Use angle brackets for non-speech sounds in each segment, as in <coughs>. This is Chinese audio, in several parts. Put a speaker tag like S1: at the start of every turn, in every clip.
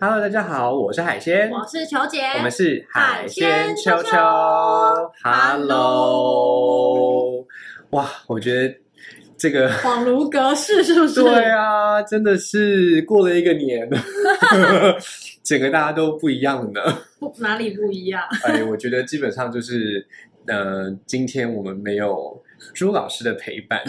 S1: Hello，大家好，我是海鲜，
S2: 我是球姐，
S1: 我们是海鲜秋
S2: 海
S1: 秋
S2: 鲜秋秋。
S1: Hello，哇，我觉得这个
S2: <laughs> 恍如隔世，是不是？
S1: 对啊，真的是过了一个
S2: <laughs>
S1: 年，整个大家都不一样了呢。
S2: 不哪里不一样？ <laughs>
S1: 哎，我觉得基本上就是，呃，今天我们没有朱老师的陪伴，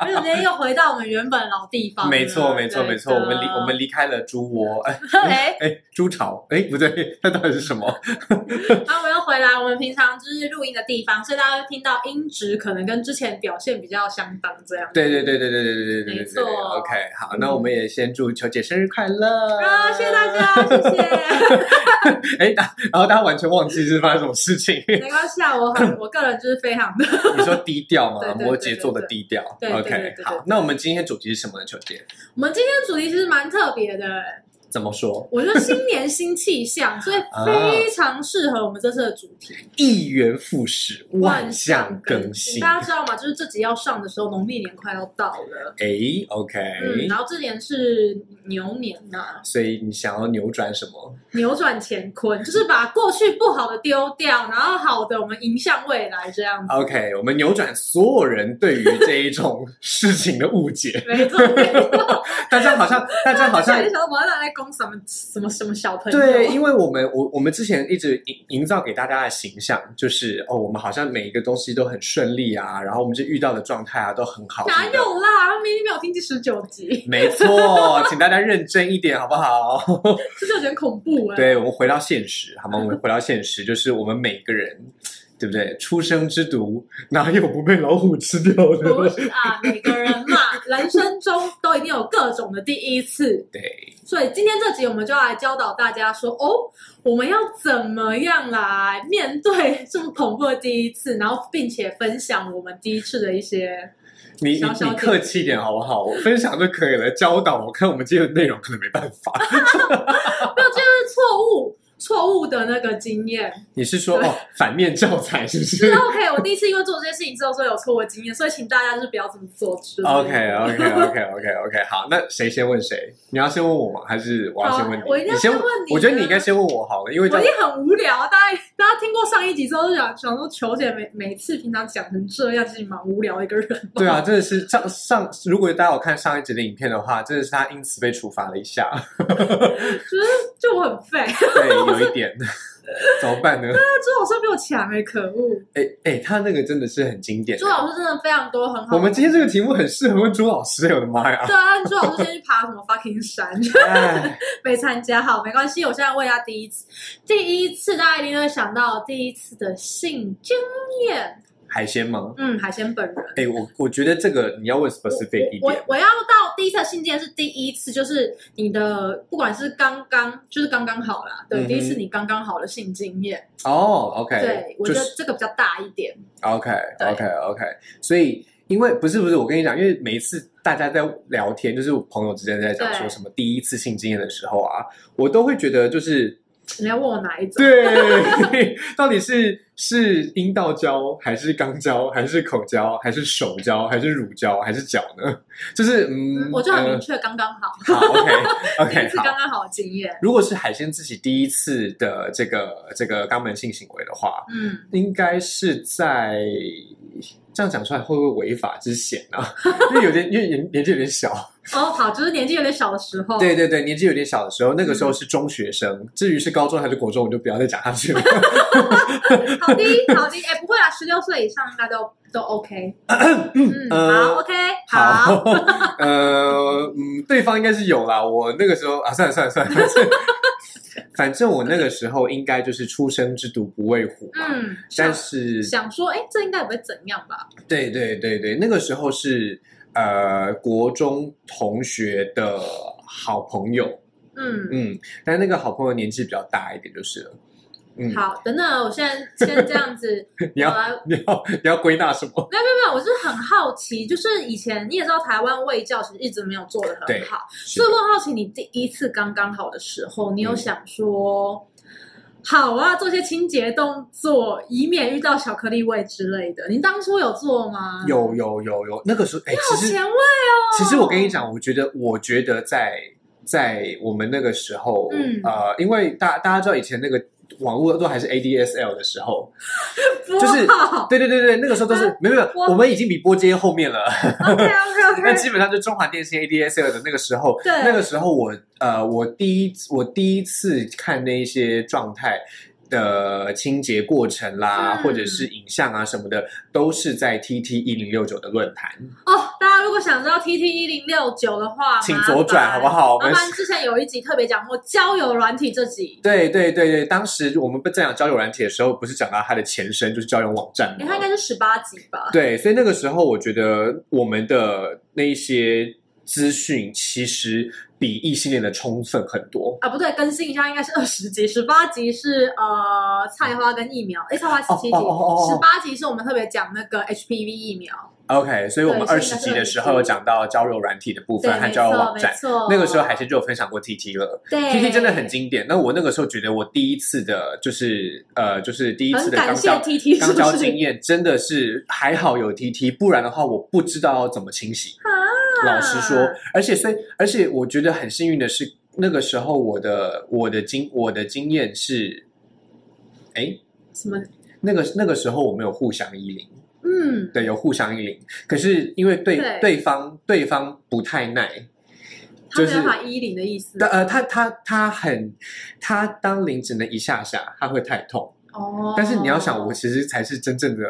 S2: 而且今天又回到我们原本老地方了。
S1: 没错，没错，
S2: 对的
S1: 没错，我们离我们离开了猪窝，哎
S2: <laughs> 哎，
S1: 哎，猪巢，哎，不对，那到底是什么？
S2: 那我们又回来，我们平常就是录音的地方，所以大家会听到音质可能跟之前表现比较相当这样。
S1: 对对对对对对对对对，
S2: 没
S1: 对对
S2: 错
S1: OK，好，
S2: 嗯
S1: 那我们也先祝球姐生日快乐
S2: 啊，谢谢大。家，谢
S1: <laughs>
S2: 谢。
S1: 哎，大，然后大家完全忘记是发生什么事情。 <laughs>
S2: 没关系啊，我很我个人就是非常的
S1: 你说低调
S2: 对
S1: 吗？
S2: 对对对
S1: 摩羯座的低调。
S2: 对对对对
S1: OK，
S2: 对对
S1: 好
S2: 对，
S1: 那我们今天主题是什么呢？球姐
S2: 我们今天主题其实蛮特别的，
S1: 怎么说？
S2: 我觉得新年新气象，
S1: <laughs>
S2: 所以
S1: 啊
S2: 非常适合我们这次的主题。
S1: 一元复始，万象更新。
S2: 大家知道吗？就是这集要上的时候，农历年快要到了，
S1: 哎，OK，
S2: 嗯，然后这年是牛年呐、
S1: 所以你想要扭转什么？
S2: 扭转乾坤， <laughs> 就是把过去不好的丢掉，然后好的我们迎向未来，这样子。
S1: OK，我们扭转所有人对于这一种 <laughs> 事情的误解。
S2: 没错，
S1: <laughs>
S2: 没错。
S1: 大家好像，大家好像
S2: 就想说我要拿来攻什么什么什么小朋友？
S1: 对，因为我们我我们之前一直营营造给大家的形象就是哦，我们好像每一个东西都很顺利啊，然后我们就遇到的状态啊都很好。
S2: 哪
S1: 什么的？
S2: 有啦？他明明没有听第十九集，
S1: 没错，请大家认真一点，好不好？ <laughs>
S2: 这就有点恐怖哎、
S1: 对，我们回到现实，好吗？我们回到现实，就是我们每个人，对不对？出生之毒，哪有不被老虎吃掉
S2: 不
S1: 的？
S2: 是啊，每个人嘛，人生中都一定有各种的第一次。
S1: 对，
S2: 所以今天这集我们就要来教导大家说，哦，我们要怎么样来面对这么恐怖的第一次，然后并且分享我们第一次的一些，
S1: 你
S2: 小小
S1: 你你
S2: 点
S1: 客气一点好不好？我分享就可以了，教导我看我们今天的内容可能没办法。 <laughs>
S2: 没有，就是错误错误的那个经验。
S1: 你是说
S2: 对
S1: 哦，反面教材是不
S2: 就是是 OK，我第一次因为做这些事情之后，所以有错误的经验，所以请大家就是不要这么做之类的。
S1: ？OK OK OK OK OK，好，那谁先问谁？你要先问我吗？还是我要先问你？
S2: 好啊我一定要
S1: 你先
S2: 先问你
S1: 我觉得
S2: 啊
S1: 你应该先问我好了，因为这
S2: 我一
S1: 样
S2: 定很无聊，大家大家听过上一集之后就想想说，球姐每每次平常讲成这样，其实蛮无聊的一个人。
S1: 对啊，真的是上上，如果大家有看上一集的影片的话，真的是他因此被处罚了一下， <laughs>
S2: 就是就我很废，
S1: 对，有一点， <laughs> 怎么办呢？
S2: 那朱老师比我强哎、可恶！
S1: 哎哎，他那个真的是很经典欸
S2: 朱。老师真的非常多很好。
S1: 我们今天这个题目很适合问朱老师，欸我的妈呀！
S2: 对啊，朱老师先去爬什么 fucking 山， <laughs>
S1: 哎，
S2: 没参加好，没关系。我现在问一下第一次，第一次大家一定会想到第一次的性经验。
S1: 海鲜吗？
S2: 嗯，海鲜本人。
S1: 哎，我我觉得这个你要问 specific 一
S2: 我
S1: 点，
S2: 我要到第一次的信件是第一次，就是你的不管是刚刚就是刚刚好啦，对，
S1: 嗯哼
S2: 第一次你刚刚好的性经验，
S1: 哦，OK，
S2: 对我
S1: 就
S2: 觉
S1: 是
S2: 得这个比较大一点，
S1: OK
S2: 对
S1: OK OK，所以因为不是不是，我跟你讲，因为每一次大家在聊天，就是我朋友之间在讲说
S2: 对
S1: 什么第一次性经验的时候啊，我都会觉得
S2: <laughs>
S1: 就是
S2: 你要问我哪一种？
S1: 对，到底是是阴道交还是肛交还是口交还是手交还是乳交还是脚呢？就是嗯，
S2: 嗯我就很 <laughs> 明
S1: 呃
S2: 确，刚刚好，
S1: 好 OK
S2: <laughs> 第一
S1: OK
S2: 次
S1: 嗯好
S2: 刚。刚好的经验，
S1: 如果是海鲜自己第一次的这个这个肛门性行为的话，
S2: 嗯。
S1: 应该是在这样讲出来会不会违法之前啊？因为有点，因为年年纪有点小，
S2: 哦，好，就是年纪有点小的时候，
S1: 对对对，年纪有点小的时候，那个
S2: 嗯
S1: 时候是中学生。至于是高中还是国中，我就不要再讲下去了。
S2: 好的，好的，哎、不会啊，十六岁以上应该都
S1: <coughs>
S2: 都 OK。嗯，
S1: 呃
S2: 好，OK，
S1: 好，呃，嗯，对方应该是有啦。我那个时候啊，算了算了算了，反正反正我那个时候应该就是初生之犊不畏虎嘛。
S2: 嗯，
S1: 但
S2: 想
S1: 是
S2: 想说，哎、这应该也不会怎样吧？
S1: 对对对对，那个时候是呃国中同学的好朋友，
S2: 嗯，
S1: 嗯，但那个好朋友年纪比较大一点就是了。嗯，
S2: 好，等等，我现在先这样子，
S1: 你
S2: 我
S1: 要
S2: 来
S1: 你要你要归纳什
S2: <laughs>
S1: 么？
S2: 啊没有，我是很好奇，就是以前你也知道，台湾卫教其实一直没有做的
S1: 对
S2: 很好，
S1: 是嗯
S2: 所以我很好奇，你第一次刚刚好的时候，你有想说？好啊，做一些清洁动作，以免遇到巧克力味之类的。你当初有做吗？
S1: 有有有有，那个时候哎，
S2: 好
S1: 其实
S2: 前卫哦！
S1: 其实我跟你讲，我觉得我觉得在在我们那个时候，
S2: 嗯
S1: 呃，因为大大家知道以前那个网络都还是 ADSL 的时候，就是
S2: 好
S1: 对对对对，那个时候都是没有没有，
S2: 啊我
S1: 我们已经比波接后面了。
S2: <laughs> OK OK
S1: <laughs> 那
S2: OK，
S1: 基本上就中华电信 ADSL 的那个时候，
S2: 对
S1: 那个时候我呃，我第一我第一次看那一些状态的清洁过程啦，
S2: 嗯
S1: 或者是影像啊什么的，都是在 TT 一零六九的论坛。
S2: 哦，大家如果想知道 TT 一零六九的话，
S1: 请
S2: 麻烦
S1: 左转好不好我
S2: 麻
S1: 们
S2: 烦之前有一集特别讲过交友软体这集，
S1: 对对对对，当时我们在讲交友软体的时候，不是讲到它的前身就是交友网站
S2: 因为它应
S1: 吗
S2: 该？是十八集吧？
S1: 对，所以那个时候我觉得我们的那一些资讯其实比异性恋的充分很多。
S2: 啊，不对，更新一下，应该是二十集，十八集是呃菜花跟疫苗，哎，菜花十七集，
S1: 哦哦哦哦哦
S2: 十八集是我们特别讲那个 HPV 疫苗，
S1: OK，所以我们
S2: 对所
S1: 二
S2: 以应该
S1: 十
S2: 是
S1: 集的时候
S2: 20
S1: 有
S2: 集
S1: 讲到交友软体的部
S2: 对，
S1: 分和
S2: 没
S1: 交友
S2: 错，
S1: 网
S2: 没
S1: 站。
S2: 错，
S1: 那个时候海鲜就有分享过 TT 了
S2: 对
S1: ，TT 真的很经典。那我那个时候觉得我第一次的，就是呃，就是第一次
S2: 很
S1: 的刚
S2: 感谢
S1: 交
S2: TT，
S1: 刚
S2: 是
S1: 交
S2: 不
S1: 经
S2: 是？
S1: 验，真的是还好有 TT，不然的话我不知道要怎么清洗。
S2: 啊
S1: 老实说，而且所以而且我觉得很幸运的是，那个时候我的我的经我的经验是，哎，
S2: 什么？
S1: 那个那个时候我没有互相依零。
S2: 嗯，
S1: 对，有互相依零。可是因为对
S2: 对嗯
S1: 对方对方不太耐，
S2: 他
S1: 就
S2: 没
S1: 是
S2: 有办法一零的意思
S1: 但呃，他他他很，他当零只能一下下，他会太痛。
S2: 哦。
S1: 但是你要想，我其实才是真正的，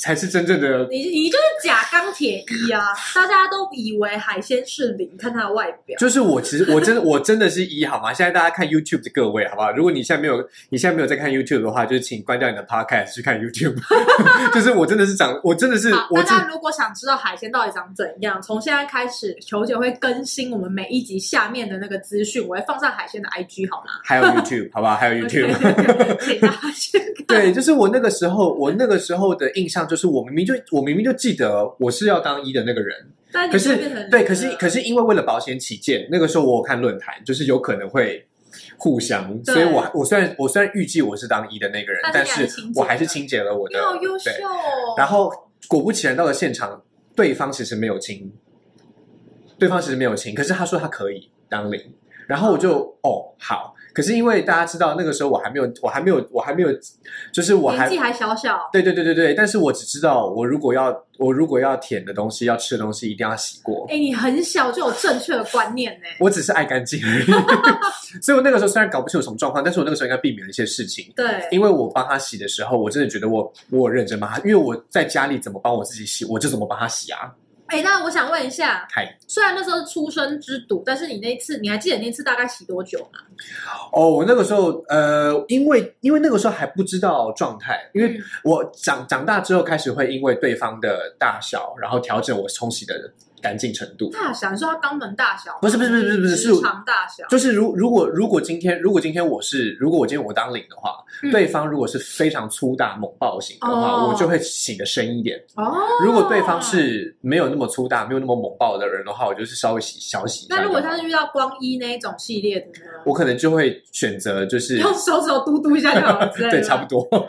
S1: 才是真正的。
S2: 你你就是假钢铁一啊！大家都以为海鲜是零，看它的外表。
S1: 就是我，其实我真的我真的是一好吗？现在大家看 YouTube 的各位，好不好？如果你现在没有你现在没有在看 YouTube 的话，就是请关掉你的 Podcast 去看 YouTube。就是 <laughs> 我真的是长，我真的是
S2: 好，
S1: 我
S2: 大
S1: 真
S2: 家如果想知道海鲜到底长怎样，从现在开始，球姐会更新我们每一集下面的那个资讯，我会放上海鲜的 IG 好吗
S1: 还有 YouTube，好不好？还有 YouTube。
S2: OK，请大家去看。
S1: 对，就是我那个时候，我那个时候的印象就是，我明明就我明明就记得我是要当一的那个人，
S2: 但你
S1: 可
S2: 就是变成
S1: 对，可是可
S2: 是
S1: 是因为为了保险起见，那个时候我有看论坛，就是有可能会互相，
S2: 对
S1: 所以我我虽然我虽然预计我是当一的那个人，
S2: 但
S1: 但
S2: 是你还是
S1: 是
S2: 清洁
S1: 我还是
S2: 了
S1: 清洁了我
S2: 你
S1: 的，
S2: 好优秀
S1: 对。
S2: 哦。
S1: 然后果不其然，到了现场，对方其实没有亲，对方其实没有亲，可是他说他可以当零，然后我就哦好，可是因为大家知道那个时候我还没有，我还没有，我还没有，就是我
S2: 年
S1: 还
S2: 纪还小小，
S1: 对对对对对，但是我只知道我如果要我如果要舔的东西，要吃的东西一定要洗过。
S2: 哎，你很小就有正确的观念呢。
S1: 我只是爱干净而已， <laughs> 所以我那个时候虽然搞不清楚什么状况，但是我那个时候应该避免了一些事情。
S2: 对，
S1: 因为我帮他洗的时候，我真的觉得我我有认真帮他，因为我在家里怎么帮我自己洗，我就怎么帮他洗啊。
S2: 哎，那我想问一下，
S1: 嗨，
S2: 虽然那时候是出生之犊，但是你那次你还记得你那次大概洗多久吗？
S1: 哦，我那个时候呃，因为因为那个时候还不知道状态，因为
S2: 嗯
S1: 我长长大之后开始会因为对方的大小，然后调整我冲洗的干净程度。
S2: 大小，你说它肛门大小吗？
S1: 不是不是不是不是不是是
S2: 直肠大小，
S1: 就是如如果如果今天如果今天我是如果我今天我当领的话，
S2: 嗯
S1: 对方如果是非常粗大猛暴型的话，
S2: 哦
S1: 我就会洗的深一点。
S2: 哦。
S1: 如果对方，是没有那么粗大、没有那么猛暴的人的话，我就是稍微洗小洗一下就好。
S2: 那如果他是遇到光一那一种系列的呢？
S1: 我可能就会选择就是
S2: 用手指头嘟嘟一下就好了，之类的
S1: 对，差不多， <laughs>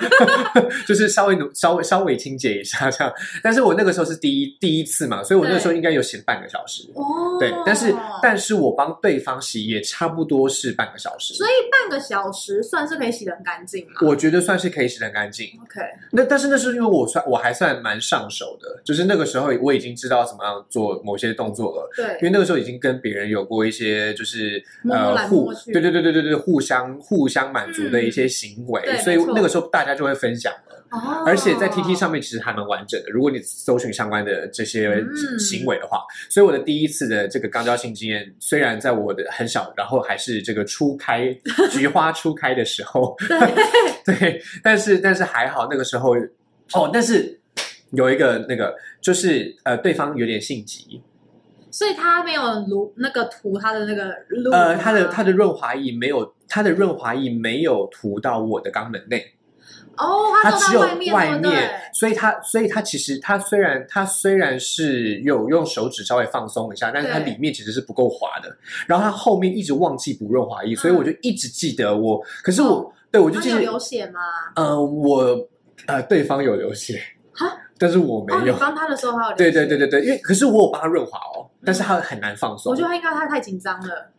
S1: 就是稍微努稍微稍微清洁一下这样。但是我那个时候是第一第一次嘛，所以我那时候应该有洗半个小时。
S2: 哦。
S1: 对，但是但是我帮对方洗也差不多是半个小时，
S2: 所以半个小时算是可以洗得很干净嘛
S1: 我觉得算是可以洗得干净。
S2: ？OK，
S1: 那但是那是因为我算我还算蛮上手的，就是那个时候我已经知道怎么样做某些动作了，因为
S2: 对，
S1: 那个时候已经跟别人有过一些就是
S2: 摸摸来
S1: 呃
S2: 摸
S1: 互
S2: 去
S1: 对对对对对对互相互相满足的
S2: 嗯
S1: 一些行为，
S2: 对
S1: 所以
S2: 没错
S1: 那个时候大家就会分享了。
S2: 哦
S1: 而且在 TT 上面其实还蛮完整的，如果你搜寻相关的这些
S2: 嗯
S1: 行为的话，所以我的第一次的这个肛交性经验，虽然在我的很小，然后还是这个初开菊花初开的时候， <laughs> 对，但是但是还好那个时候，哦，但是有一个那个就是呃，对方有点性急，
S2: 所以他没有涂那个涂他的那个露，
S1: 呃，他的他的润滑液没有，他的润滑液没有涂到我的肛门内。
S2: 哦，
S1: 它
S2: 他
S1: 只
S2: 走
S1: 有
S2: 到
S1: 外
S2: 面，外
S1: 面，所以它所以它其实它虽然它虽然是有用手指稍微放松一下，但是它
S2: 对
S1: 里面其实是不够滑的。然后它后面一直忘记补润滑液，所以我就一直记得我，可是我、对我
S2: 我
S1: 就
S2: 嗯哦他
S1: 记
S2: 有
S1: 得
S2: 流血吗？
S1: 呃我呃对方有流血
S2: 哈，
S1: <laughs> 但是我
S2: 哦，
S1: 没
S2: 你
S1: 有。
S2: 帮他的时候还有
S1: 对
S2: 流血
S1: 对对，对对，因为可是我有帮他润滑哦，但是他很难放松
S2: 我觉。得他应该他太紧张了，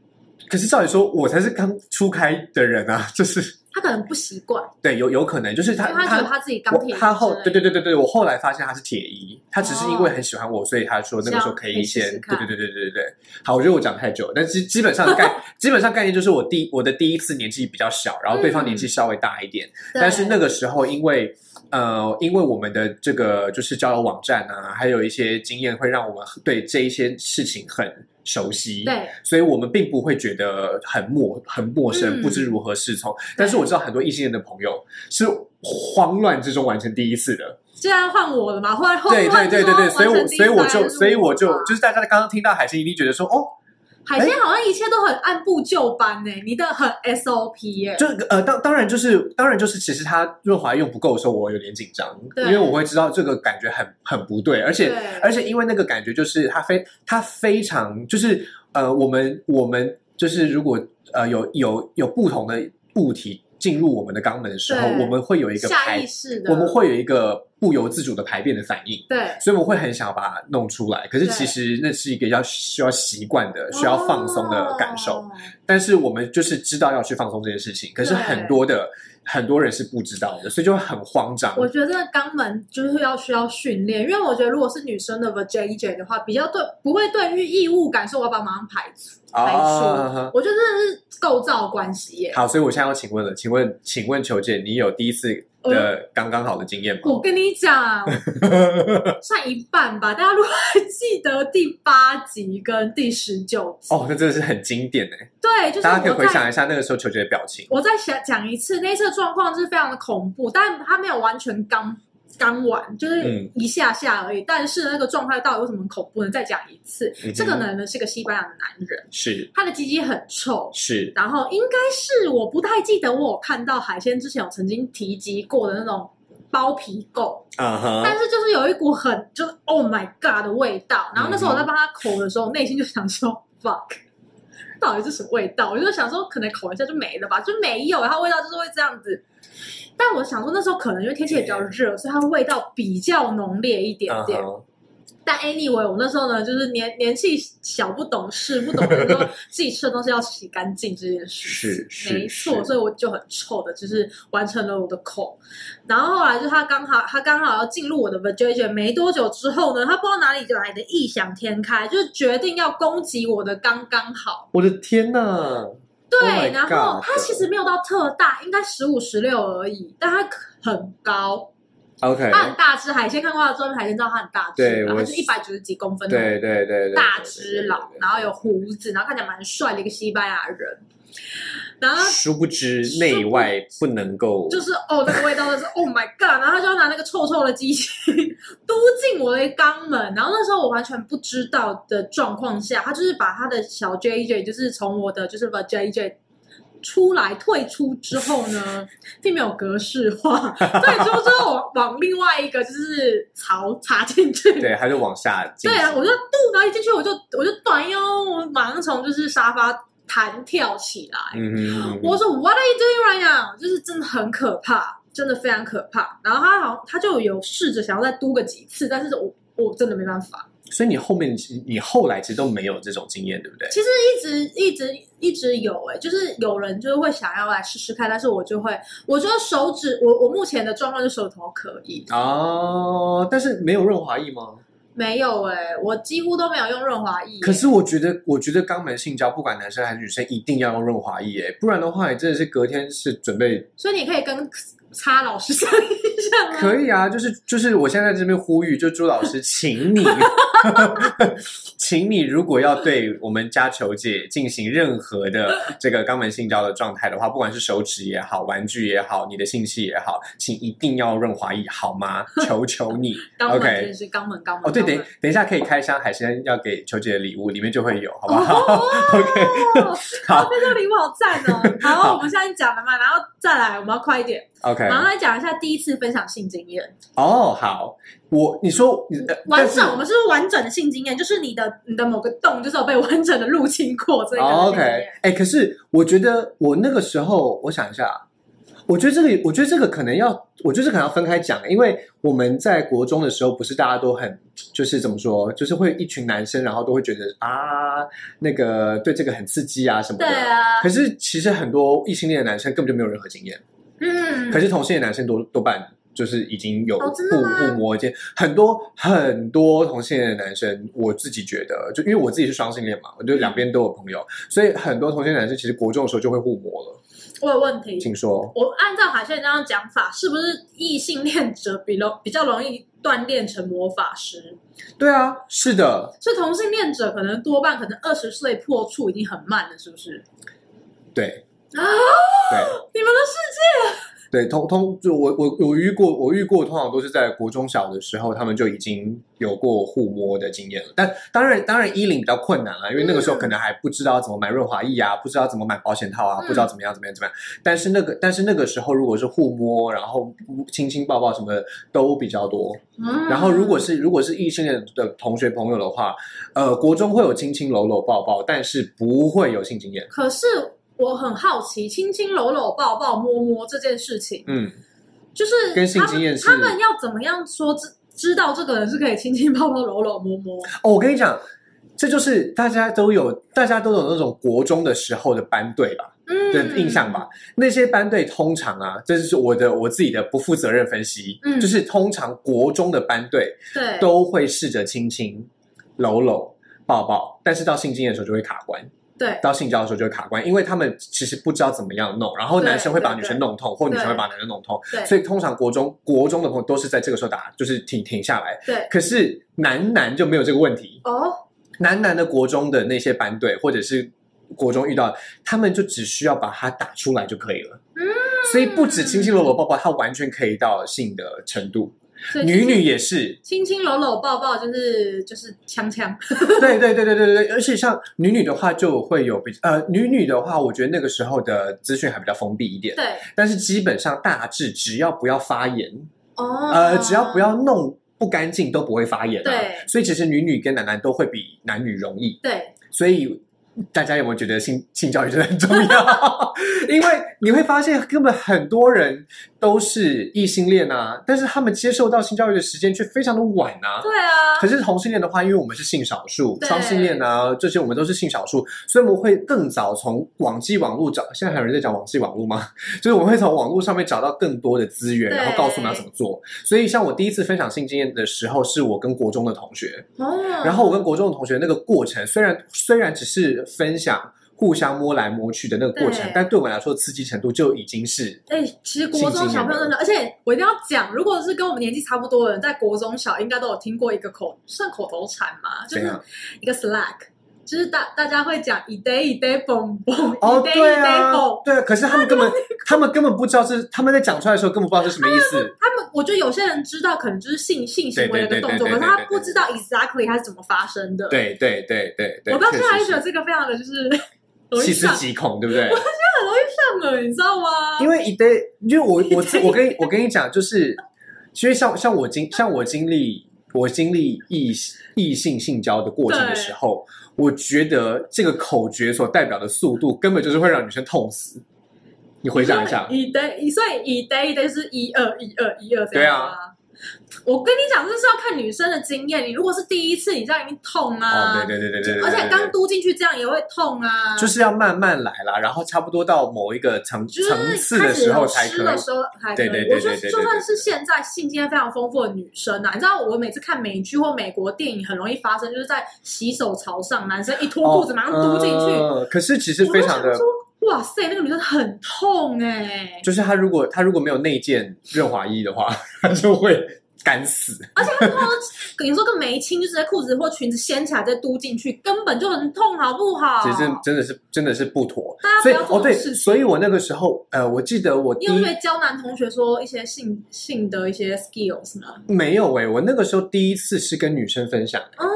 S1: 可是照理说，我才是刚初开的人啊，就是
S2: 他可能不习惯，
S1: 对，有有可能就是
S2: 因
S1: 他
S2: 为他觉得他自己钢
S1: 我
S2: 铁
S1: 他后对对
S2: 对
S1: 对对对，我后来发现他是铁一，他只是因为
S2: 哦
S1: 很喜欢我，所以他说那个时候可
S2: 这
S1: 以
S2: 样可以试
S1: 先
S2: 试
S1: 对
S2: 看
S1: 对对对对对对。好，我觉得我讲太久了，但基基本上的
S2: <laughs>
S1: 概基本上概念就是我第我的第一次年纪比较小，然后对方年纪
S2: 嗯
S1: 稍微大一点，但是那个时候因为呃，因为我们的这个就是交友网站啊，还有一些经验，会让我们对这一些事情很熟悉。。
S2: 对
S1: 所以我们并不会觉得很陌很陌生，
S2: 嗯
S1: 不知如何是从。但是我知道很多异性恋的朋友是慌乱之中完成第一次的。
S2: 这样换我了嘛，换换
S1: 对对
S2: 换
S1: 对对对，所以我所以我就所以我就
S2: 就
S1: 就是大家刚刚听到海星一定觉得说哦，
S2: 海鲜好像一切都很按部就班呢，你的很 SOP 耶，
S1: 就是呃当当然就是当然就是其实它润滑用不够的时候，我有点紧张，
S2: 对
S1: 因为我会知道这个感觉很很不对，而且
S2: 对
S1: 而且因为那个感觉就是它非它非常就是呃，我们我们就是如果呃有有有不同的物体进入我们的肛门的时候，
S2: 对
S1: 我们会有一个
S2: 下意
S1: 排，
S2: 识的
S1: 我们会有一个不由自主的排便的反应。
S2: 对
S1: 所以我们会很想把它弄出来，可是其
S2: 对
S1: 实那是一个要需要习惯的、需要放松的感受。
S2: 哦
S1: 但是我们就是知道要去放松这件事情，可是
S2: 对
S1: 很多的很多人是不知道的，所以就会很慌张。
S2: 我觉得肛门就是要需要训练，因为我觉得如果是女生的 vajayjay 的话，比较对不会对于异物感受我要把它马上排除排除。
S1: 啊，
S2: 我觉得真的是构造关系耶。
S1: 好，所以我现在要请问了，请问，请问球姐，你有第一次
S2: 呃
S1: 的刚刚好的经验吗？
S2: 我跟
S1: <laughs>
S2: 你讲，算一半吧。大家如果还记得第八集跟第十九集，
S1: 哦，那真的是很经典哎，
S2: 对，就是
S1: 大家可以
S2: 我
S1: 回
S2: 在
S1: 想一下那个时候球姐的表情。
S2: 我再想讲一次，那一次的状况就是非常的恐怖，但他没有完全刚刚完，就是
S1: 嗯
S2: 一下下而已。但是那个状态到底为什么恐怖呢？再讲一次，
S1: 嗯哼
S2: 这个男人是个西班牙的男人，
S1: 是
S2: 他的鸡鸡很臭。
S1: 是，
S2: 然后应该是我不太记得我有看到海鲜之前有曾经提及过的那种包皮垢，
S1: 嗯
S2: 但
S1: 哼，
S2: 是就是有一股很就是 Oh my God 的味道。然后那时候我
S1: 嗯
S2: 在帮他口的时候，内心就想说 Fuck，到底是什么味道？我就想说可能口一下就没了吧，就没有，它味道就是会这样子。但我想说那时候可能因为天气也比较热，所以它味道比较浓烈一点
S1: 嗯
S2: 点。
S1: 哼，
S2: 但 anyway，我那时候呢，就是年年纪小，不懂事，不懂得说自己吃的东西要洗干净这件事
S1: 是
S2: 情，
S1: 是
S2: 没错，
S1: 是
S2: 所以我就很臭的，就是完成了我的口。然后后来就是他刚好他刚好要进入我的 v a g i n a 没多久之后呢，他不知道哪里来的异想天开，就是决定要攻击我的刚刚好。
S1: 我的天呐，
S2: 对
S1: Oh my
S2: 然后
S1: God
S2: 他其实没有到特大，应该十五十六而已，但他很高，
S1: ，OK，
S2: 他很大只。海鲜看过他的照片，海鲜知道他很大只，
S1: 对
S2: 然后
S1: 我
S2: 就是一百九十几公分的那种
S1: 对对对对，
S2: 大
S1: 对
S2: 只佬，然后有胡子，然后看起来蛮帅的一个西班牙人。然后
S1: 殊不知
S2: 殊不
S1: 内外不能够，
S2: 就是哦，那个味道就是 Oh my God！然后他就要拿那个臭臭的机器嘟进我的肛门，然后那时候我完全不知道的状况下，他就是把他的小 JJ，就是从我的就是把 JJ 出来退出之后呢，并没有格式化， <laughs> 退出之后我往另外一个就是槽插进去，
S1: 对，还是往下进
S2: 对
S1: 行。
S2: 啊，我就肚然后一进去我就我就短腰，我马上从就是沙发弹跳起来。
S1: 嗯哼，
S2: 我说 What are you doing right now？就是真的很可怕，真的非常可怕。然后他好像他就有试着想要再嘟个几次，但是我我真的没办法。
S1: 所以你后面其实你后来其实都没有这种经验，对不对？
S2: 其实一直一直一直有哎、就是有人就是会想要来试试看，但是我就会，我觉得手指我我目前的状况就手指头可以，
S1: 哦，但是没有润滑液吗？
S2: 没有哎、我几乎都没有用润滑液欸、
S1: 可是我觉得，我觉得肛门性交，不管男生还是女生，一定要用润滑液，哎，不然的话，你真的是隔天是准备
S2: 所以你可以跟擦老师讲一下吗？
S1: 可以啊，就是就是，我现在在这边呼吁，就朱老师，请你， <laughs> 请你，如果要对我们家球姐进行任何的这个肛门性交的状态的话，不管是手指也好，玩具也好，你的性器也好，请一定要润滑液，好
S2: <laughs>
S1: 吗？求求你
S2: 肛门真
S1: ，OK
S2: 的。是肛门肛门。
S1: 哦，对，
S2: 肛
S1: 等
S2: 门
S1: 等一下可以开箱海鲜要给球姐的礼物，里面就会有，好不好 <laughs>
S2: <laughs>
S1: ？OK，
S2: 哦，咖
S1: 好
S2: 啡这个礼物好赞哦！
S1: <laughs>
S2: 好，
S1: 好
S2: 我们现在讲了嘛，然后再来，我们要快一点，
S1: ，OK，
S2: 马上来讲一下第一次分享性经验，
S1: 哦，好，我你说你呃
S2: 完
S1: 但
S2: 整，
S1: 是
S2: 我们是不是完整的性经验，就是你的你的某个洞就是有被完整的入侵过这个
S1: 哦
S2: 性
S1: ，OK，
S2: 经验。
S1: 哎、可是我觉得我那个时候，我想一下，我觉得这个，我觉得这个可能要，我觉得这个可能要分开讲，因为我们在国中的时候，不是大家都很，就是怎么说，就是会一群男生，然后都会觉得啊，那个对这个很刺激啊什么的。
S2: 对啊
S1: 可，是其实很多异性恋的男生根本就没有任何经验，
S2: 嗯，
S1: 可是同性恋的男生多多半就是已经有
S2: 哦真
S1: 不
S2: 的吗
S1: 不磨见，很多很多同性恋的男生，我自己觉得，就因为我自己是双性恋嘛，我就两边都有朋友，所以很多同性恋男生其实国中的时候就会互磨了。
S2: 我有问题，
S1: 请说，
S2: 我按照海轩这样讲法，是不是异性恋者比容比较容易锻炼成魔法师？
S1: 对啊，是的，
S2: 所以同性恋者可能多半可能二十岁破处已经很慢了，是不是？ <gasps>
S1: 对
S2: 啊，
S1: 对。
S2: 你们的世界
S1: 对，通通就我我我遇过，我遇过，通常都是在国中小的时候，他们就已经有过互摸的经验了。但当然，当然衣领比较困难啊，因为那个时候可能还不知道怎么买润滑液啊，不知道怎么买保险套啊，
S2: 嗯
S1: 不知道怎么样怎么样怎么样。但是那个但是那个时候，如果是互摸，然后亲亲抱抱什么的都比较多。
S2: 嗯
S1: 然后如果是如果是异性恋的同学朋友的话，呃，国中会有亲亲搂搂抱抱，但是不会有性经验。
S2: 可是我很好奇，亲亲搂搂抱抱摸摸这件事情，
S1: 嗯，
S2: 就是
S1: 跟性
S2: 他
S1: 经验
S2: 们
S1: 是
S2: 他们要怎么样说知知道这个人是可以亲亲抱抱搂搂摸摸？
S1: 哦，我跟你讲，这就是大家都有，大家都有那种国中的时候的班队吧
S2: 嗯
S1: 的印象吧。那些班队通常啊，这是我的我自己的不负责任分析，
S2: 嗯
S1: 就是通常国中的班队
S2: 对，
S1: 都会试着亲亲、搂搂、抱抱，但是到性经验的时候就会卡关。
S2: 对
S1: 到性交的时候就会卡关，因为他们其实不知道怎么样弄，然后男生会把
S2: 对对
S1: 女生弄痛，或女生
S2: 对
S1: 会把男生弄痛，
S2: 对
S1: 所以通常国中国中的朋友都是在这个时候打，就是停停下来。
S2: 对
S1: 可是男男就没有这个问题，
S2: 哦，
S1: 男男的国中的那些班队，或者是国中遇到，他们就只需要把它打出来就可以了。
S2: 嗯
S1: 所以不止亲亲搂搂抱抱，它完全可以到性的程度。
S2: 所以
S1: 女女也是，
S2: 亲亲搂搂抱抱就是就是锵锵，
S1: 对对对对对对，而且像女女的话就会有比呃女女的话，我觉得那个时候的资讯还比较封闭一点，
S2: 对
S1: 但是基本上大致只要不要发炎，
S2: 哦，
S1: 呃，只要不要弄不干净都不会发炎、啊。
S2: 对
S1: 所以其实女女跟男男都会比男女容易。
S2: 对
S1: 所以大家有没有觉得性性教育真的很重要？ <laughs> 因为你会发现，根本很多人都是异性恋啊，但是他们接受到性教育的时间却非常的晚啊。
S2: 对啊，
S1: 可是同性恋的话，因为我们是性少数，
S2: 对
S1: 双性恋啊这些我们都是性少数，所以我们会更早从网际网络找。现在还有人在讲网际网络吗？ <laughs> 就是我们会从网络上面找到更多的资源，
S2: 对
S1: 然后告诉你要怎么做。所以像我第一次分享性经验的时候，是我跟国中的同学，
S2: 哦，
S1: 然后我跟国中的同学那个过程，虽然虽然只是分享互相摸来摸去的那个过程
S2: 对，
S1: 但对我来说刺激程度就已经是
S2: 哎、其实国中小朋友真的，而且我一定要讲，如果是跟我们年纪差不多的人，在国中小应该都有听过一个口算口头禅嘛，就
S1: 怎
S2: 是
S1: 样？
S2: 一个 slack，就是大大家会讲一 day 一 day boom boom，
S1: 哦，
S2: 一 day
S1: 对
S2: 一 day
S1: 啊
S2: boom。，
S1: 对啊，可是他们
S2: <laughs>
S1: 根本他们根本不知道是他们在讲出来的时候根本不知道是什么意
S2: <laughs>
S1: 思，
S2: 他们，我觉得有些人知道，可能就是性性行为的一个动作，
S1: 对对对
S2: 可
S1: 对对
S2: 是他不知道 exactly 它是怎么发生的。，
S1: 对对对对对，
S2: 我到现在还
S1: 确
S2: 觉得
S1: 实
S2: 这个非常的就是 <laughs> 容
S1: 是
S2: 易
S1: 细思
S2: 上
S1: 极恐，对不对？
S2: 上了，你知道吗？
S1: 因
S2: 为
S1: 为一堆，因为我我自我跟你我跟你讲，就是其实像像我经像我经历我经历异异性性交的过程的时候，我觉得这个口诀所代表的速度，根本就是会让女生痛死。你回想一下，
S2: 一 day，所以一 day 一 day 是一二一二一二这
S1: 对啊
S2: 样吗。我跟你讲，这是要看女生的经验。你如果是第一次，你这样一定痛啊！
S1: 哦，对对对对对对，
S2: 而且刚
S1: 对
S2: 嘟进去这样也会痛啊。
S1: 就是要慢慢来啦，然后差不多到某一个层层
S2: 就是
S1: 次
S2: 开
S1: 的
S2: 始
S1: 时
S2: 有
S1: 候才
S2: 湿
S1: 可
S2: 的
S1: 以。
S2: 时候才可
S1: 对
S2: 以。
S1: 对对对
S2: 我觉
S1: 对
S2: 得
S1: 对
S2: 就算
S1: 对
S2: 是现在性经验非常丰富的女生啊，你知道我每次看美剧或美国电影，很容易发生，就是在洗手槽上，男生一脱裤子马上嘟进去，
S1: 嗯可哦是其实非常
S2: 我都
S1: 的
S2: 想，说，哇塞，那个女生很痛哎、
S1: 就是他如果他如果没有内建润滑液的话，他就会干死。
S2: <laughs> 有时候跟没亲，就直接裤子或裙子掀起来再嘟进去，根本就很痛，好不好？
S1: 其实真的是真的是不妥。
S2: 大
S1: 所
S2: 家
S1: 以
S2: 不要做
S1: 哦
S2: 这
S1: 对，
S2: 种事情。
S1: 所以我那个时候呃，我记得我第
S2: 你有没
S1: 一
S2: 有教男同学说一些性性的一些 skills 呢？
S1: 欸没有哎、我那个时候第一次是跟女生分享、
S2: 哦，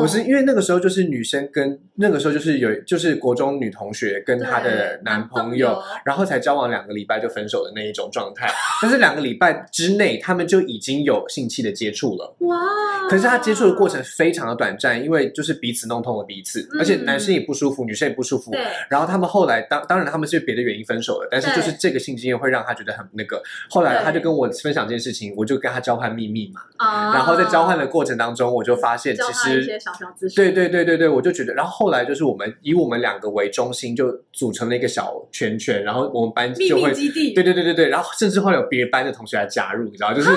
S1: 我是因为那个时候就是女生跟那个时候就是有就是国中女同学跟她的
S2: 对
S1: 男朋
S2: 友
S1: 友，然后才交往两个礼拜就分手的那一种状态。但是两个礼拜之内，他们就已经有性器的接触了。
S2: 哇！
S1: 可是他接触的过程非常的短暂，因为就是彼此弄痛了彼此，
S2: 嗯
S1: 而且男生也不舒服，女生也不舒服。
S2: 对
S1: 然后他们后来当当然他们是别的原因分手了，但是
S2: 对
S1: 就是这个性经验会让他觉得很那个。后来
S2: 对
S1: 他就跟我分享这件事情，我就跟他交换秘密嘛。
S2: 啊，
S1: 然后在交换的过程当中，我就发现
S2: 交
S1: 其
S2: 换一些
S1: 实
S2: 小小资讯，
S1: 对对对对对，我就觉得，然后后来就是我们以我们两个为中心，就组成了一个小圈圈，然后我们班
S2: 秘
S1: 就会
S2: 密基地，
S1: 对对对对对，然后甚至会有别班的同学来加入，你知道，
S2: 啊
S1: 就是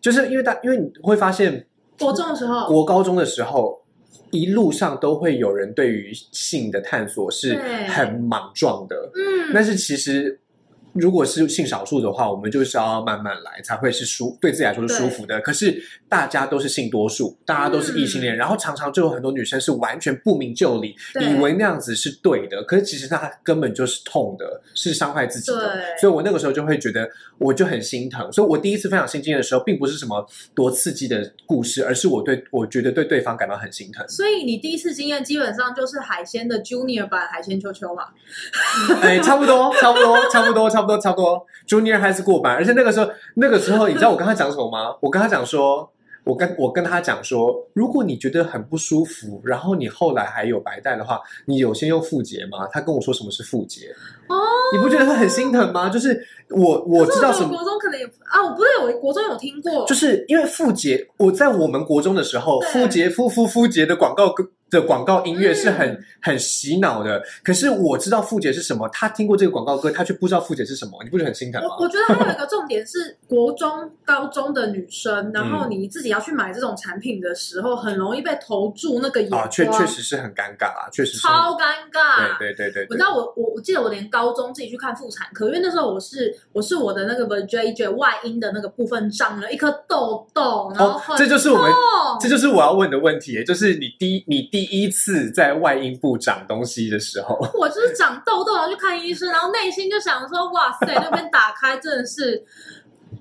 S1: 就是因为大因为你会发现。
S2: 国中的时候，
S1: 国高中的时候，一路上都会有人对于性的探索是
S2: 对
S1: 很莽撞的，
S2: 嗯，
S1: 但是其实。如果是性少数的话，我们就是要慢慢来，才会是舒对自己来说是舒服的。可是大家都是性多数，大家都是异性恋，然后常常就有很多女生是完全不明就里，
S2: 嗯对
S1: 以为那样子是对的，可是其实她根本就是痛的，是伤害自己的。
S2: 对。
S1: 所以我那个时候就会觉得，我就很心疼。所以我第一次分享性经验的时候，并不是什么多刺激的故事，而是我对我觉得对对方感到很心疼
S2: 所以你第一次经验基本上就是海鲜的 Junior 版海鲜球球嘛，
S1: <laughs> 哎，差不多，差不多，差不多，差不多，差不多。Junior 还是过班，而且那个时候，那个时候，你知道我跟他讲什么吗？我跟他讲说。我跟我跟他讲说，如果你觉得很不舒服，然后你后来还有白带的话，你有先用腹结吗？他跟我说什么是腹结，
S2: 哦，
S1: 你不觉得他很心疼吗？就是我我
S2: 可
S1: 知
S2: 是
S1: 道
S2: 我
S1: 什
S2: 觉
S1: 么
S2: 得我，国中可能也啊，我不对，我国中有听过，
S1: 就是因为傅杰，我在我们国中的时候，
S2: 对
S1: 傅杰、傅傅傅杰的广告歌的广告音乐是很、
S2: 嗯
S1: 很洗脑的。可是我知道傅杰是什么，他听过这个广告歌，他却不知道傅杰是什么，你不觉得很心疼吗
S2: 我？我觉得还有一个重点是，国中、高中的女生，然后
S1: 嗯
S2: 你自己要去买这种产品的时候，很容易被投注那个眼光，
S1: 啊，确确实是很尴尬啊，确实是很。
S2: 超尴尬。
S1: 对对对对
S2: 我知
S1: 对，
S2: 道我，我我记得我连高中自己去看妇产科，因为那时候我是我是我的那个 v a j j 外阴的那个部分长了一颗痘痘，然后
S1: 哦，
S2: 很
S1: 这就是我们。
S2: 痛
S1: 这就是我要问的问题，就是你第一你第一次在外阴部长东西的时候，
S2: 我就是长痘痘，然后去看医生，然后内心就想说，哇塞，那边打开真的是